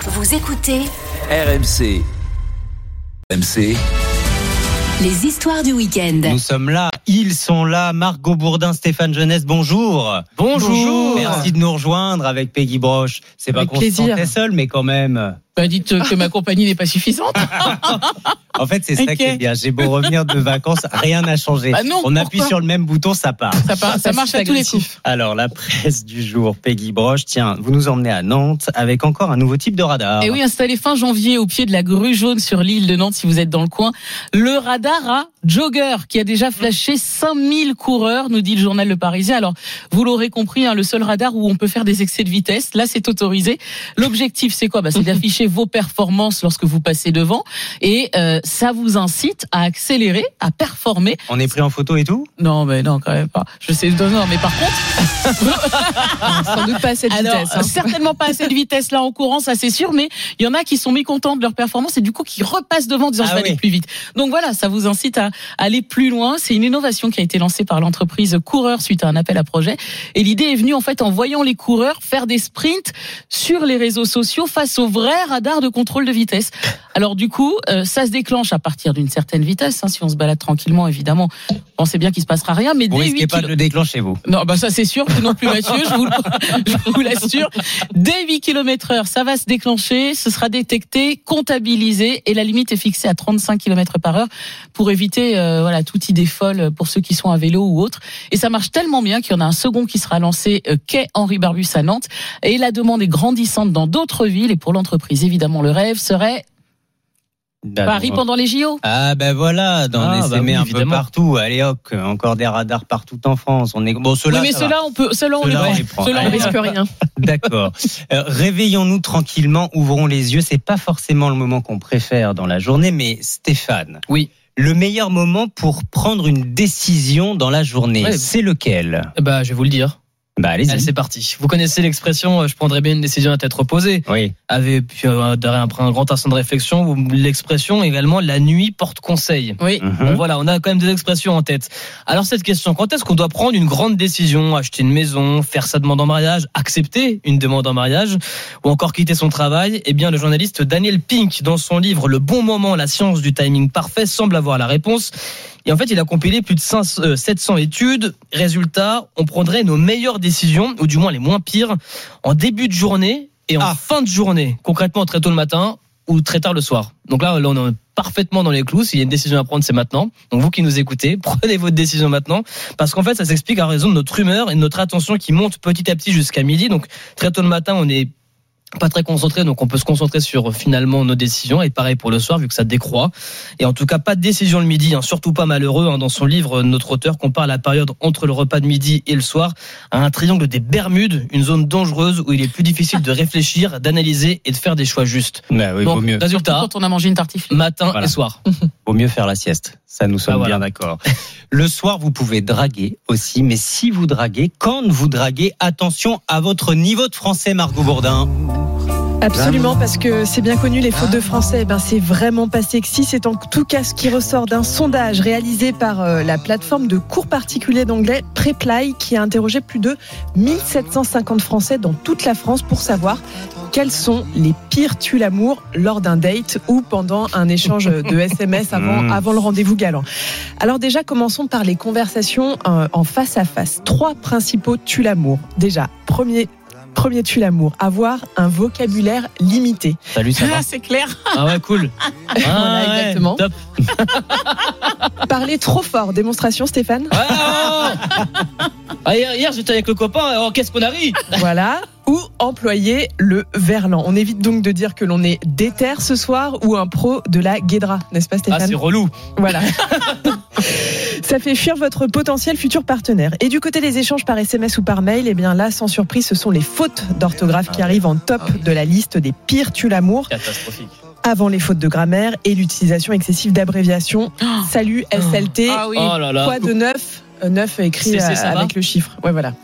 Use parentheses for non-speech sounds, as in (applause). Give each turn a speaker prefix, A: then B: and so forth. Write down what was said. A: Vous écoutez
B: RMC. RMC.
A: les histoires du week-end.
C: Nous sommes là, ils sont là. Margot Bourdin, Stéphane Jeunesse, bonjour.
D: Bonjour. Bonjour.
C: Merci de nous rejoindre avec Peggy Broche. C'est pas
D: Avec
C: qu'on se
D: plaisir.
C: sentait seul, mais quand même.
D: Bah, dites euh, que ma compagnie n'est pas suffisante.
C: En fait, c'est ça
D: Ok.
C: qui est bien. J'ai beau revenir de
D: (laughs)
C: vacances, rien n'a changé.
D: Bah non,
C: On appuie
D: pourquoi
C: sur le même bouton, ça part.
D: Ça, part- ça marche à tous les coups.
C: Alors, la presse du jour, Peggy Broche, tiens, vous nous emmenez à Nantes avec encore un nouveau type de radar.
D: Et Eh oui, installé fin janvier au pied de la grue jaune sur l'île de Nantes, si vous êtes dans le coin, le radar à Jogger, qui a déjà flashé 5000 coureurs, nous dit le journal Le Parisien. Alors, vous l'aurez compris, hein, le seul radar où on peut faire des excès de vitesse, là, c'est autorisé. L'objectif, c'est quoi bah, C'est d'afficher vos performances lorsque vous passez devant, et euh, ça vous incite à accélérer, à performer.
C: On est pris en photo et tout
D: Non, mais non, quand même pas. Je sais, non, non, mais par contre...
E: Ah, Sans doute pas à cette
D: Alors,
E: vitesse. hein.
D: euh, certainement pas assez de vitesse là en courant, ça c'est sûr, mais il y en a qui sont mécontents de leur performance et du coup qui repassent devant en disant
C: Ah
D: je vais aller
C: oui.
D: plus vite. Donc voilà, ça vous incite à aller plus loin. C'est une innovation qui a été lancée par l'entreprise Coureur suite à un appel à projet. Et l'idée est venue en fait en voyant les coureurs faire des sprints sur les réseaux sociaux face aux vrais radars de contrôle de vitesse. Alors du coup, euh, ça se déclenche à partir d'une certaine vitesse. hein. si on se balade tranquillement, évidemment, on sait bien qu'il se passera rien, mais
C: Vous
D: dès 8
C: risquez pas de
D: kilo-
C: le déclencher, vous.
D: non, bah ça c'est sûr, vous non plus Mathieu, je vous, le- (laughs) je vous l'assure. Dès 8 km heure, ça va se déclencher, ce sera détecté, comptabilisé et la limite est fixée à 35 km par heure pour éviter euh, voilà toute idée folle pour ceux qui sont à vélo ou autre. Et ça marche tellement bien qu'il y en a un second qui sera lancé euh, quai Henri Barbus à Nantes et la demande est grandissante dans d'autres villes et pour l'entreprise évidemment le rêve serait Paris pendant les JO.
C: Ah ben voilà, d'en
F: Ah, bah
C: essaimer
F: oui,
C: un peu
F: évidemment.
C: partout. Allez hop, encore des radars partout en France. On est bon,
D: Oui
C: cela.
D: mais cela on peut cela on
C: Ceux-là, on
D: les
C: les
D: prend.
C: prend.
D: Ceux-là,
E: on
D: on
C: Allez.
D: les prend.
E: risque rien.
C: D'accord. Euh, Réveillons-nous tranquillement, ouvrons les yeux. C'est pas forcément le moment qu'on préfère dans la journée, mais Stéphane.
F: Oui.
C: Le meilleur moment pour prendre une décision dans la journée,
F: Ouais.
C: c'est lequel
F: Eh Bah, je vais vous le dire.
C: Bah
F: Allez,
C: allez-y.
F: c'est parti. Vous connaissez l'expression euh, je prendrais bien une décision à tête reposée.
C: Oui.
F: Avec puis, euh, derrière un, un grand instant de réflexion, ou l'expression également la nuit porte conseil.
D: Oui.
F: Bon,
C: Mhm.
F: voilà, on a quand même des expressions en tête. Alors, cette question, quand est-ce qu'on doit prendre une grande décision Acheter une maison, faire sa demande en mariage, accepter une demande en mariage, ou encore quitter son travail Eh bien, le journaliste Daniel Pink, dans son livre Le bon moment, la science du timing parfait, semble avoir la réponse. Et en fait, il a compilé plus de 500, euh, 700 études. Résultat, on prendrait nos meilleures décisions, ou du moins les moins pires, en début de journée et en
C: Ah.
F: fin de journée. Concrètement, très tôt le matin ou très tard le soir. Donc là, là, on est parfaitement dans les clous. S'il y a une décision à prendre, c'est maintenant. Donc vous qui nous écoutez, (laughs) prenez votre décision maintenant. Parce qu'en fait, ça s'explique à raison de notre humeur et de notre attention qui monte petit à petit jusqu'à midi. Donc très tôt le matin, on est pas très concentré, donc on peut se concentrer sur finalement nos décisions. Et pareil pour le soir, vu que ça décroît. Et en tout cas, pas de décision le midi, hein, surtout pas malheureux. hein. Dans son livre, euh, notre auteur compare la période entre le repas de midi et le soir à un triangle des Bermudes, une zone dangereuse où il est plus difficile de réfléchir, d'analyser et de faire des choix justes.
C: Bah oui, vaut
F: Donc,
C: mieux.
F: résultat,
D: Quand on a mangé une tartiflette.
F: matin
C: Voilà.
F: et soir.
C: Vaut mieux faire la sieste. Ça, nous sommes
F: Ah, voilà.
C: bien d'accord. (laughs) Le soir, vous pouvez draguer aussi, mais si vous draguez, quand vous draguez, attention à votre niveau de français, Margot Bourdin.
E: Absolument, parce que c'est bien connu, les fautes de français, ben, c'est vraiment pas sexy. C'est en tout cas ce qui ressort d'un sondage réalisé par euh, la plateforme de cours particuliers d'anglais Preply, qui a interrogé plus de 1750 Français dans toute la France pour savoir quels sont les pires tue l'amour lors d'un date ou pendant un échange de SMS avant,
C: Mmh.
E: avant le rendez-vous galant. Alors déjà, commençons par les conversations euh, en face à face. Trois principaux tue l'amour. Déjà, premier... Premier tue l'amour, avoir un vocabulaire limité.
F: Salut, ça va.
D: Ah, c'est clair.
F: Ah ouais,
E: (laughs)
F: cool. Ah
E: Voilà,
F: ouais,
E: exactement.
F: top.
E: Parler trop fort, démonstration Stéphane
F: Ouais, ouais, ouais. Ah, hier, hier, j'étais avec le copain. Oh, qu'est-ce qu'on arrive
E: Voilà.
D: (laughs)
E: Ou employer le verlan. On évite donc de dire que l'on est déter ce soir ou un pro de la guédra, n'est-ce pas
F: Ah,
E: Stéphane
F: c'est relou.
E: Voilà. (laughs) Ça fait fuir votre potentiel futur partenaire. Et du côté des échanges par SMS ou par mail, eh bien là, sans surprise, ce sont les fautes d'orthographe qui arrivent en top de la liste des pires tue l'amour,
F: Catastrophique.
E: avant les fautes de grammaire et l'utilisation excessive d'abréviations. Salut, SLT,
D: Ah oui.
F: Oh là là.
E: quoi de neuf Euh, Neuf écrit
F: C'est- c'est,
E: euh,
F: ça hein. va
E: avec le chiffre. Ouais, voilà.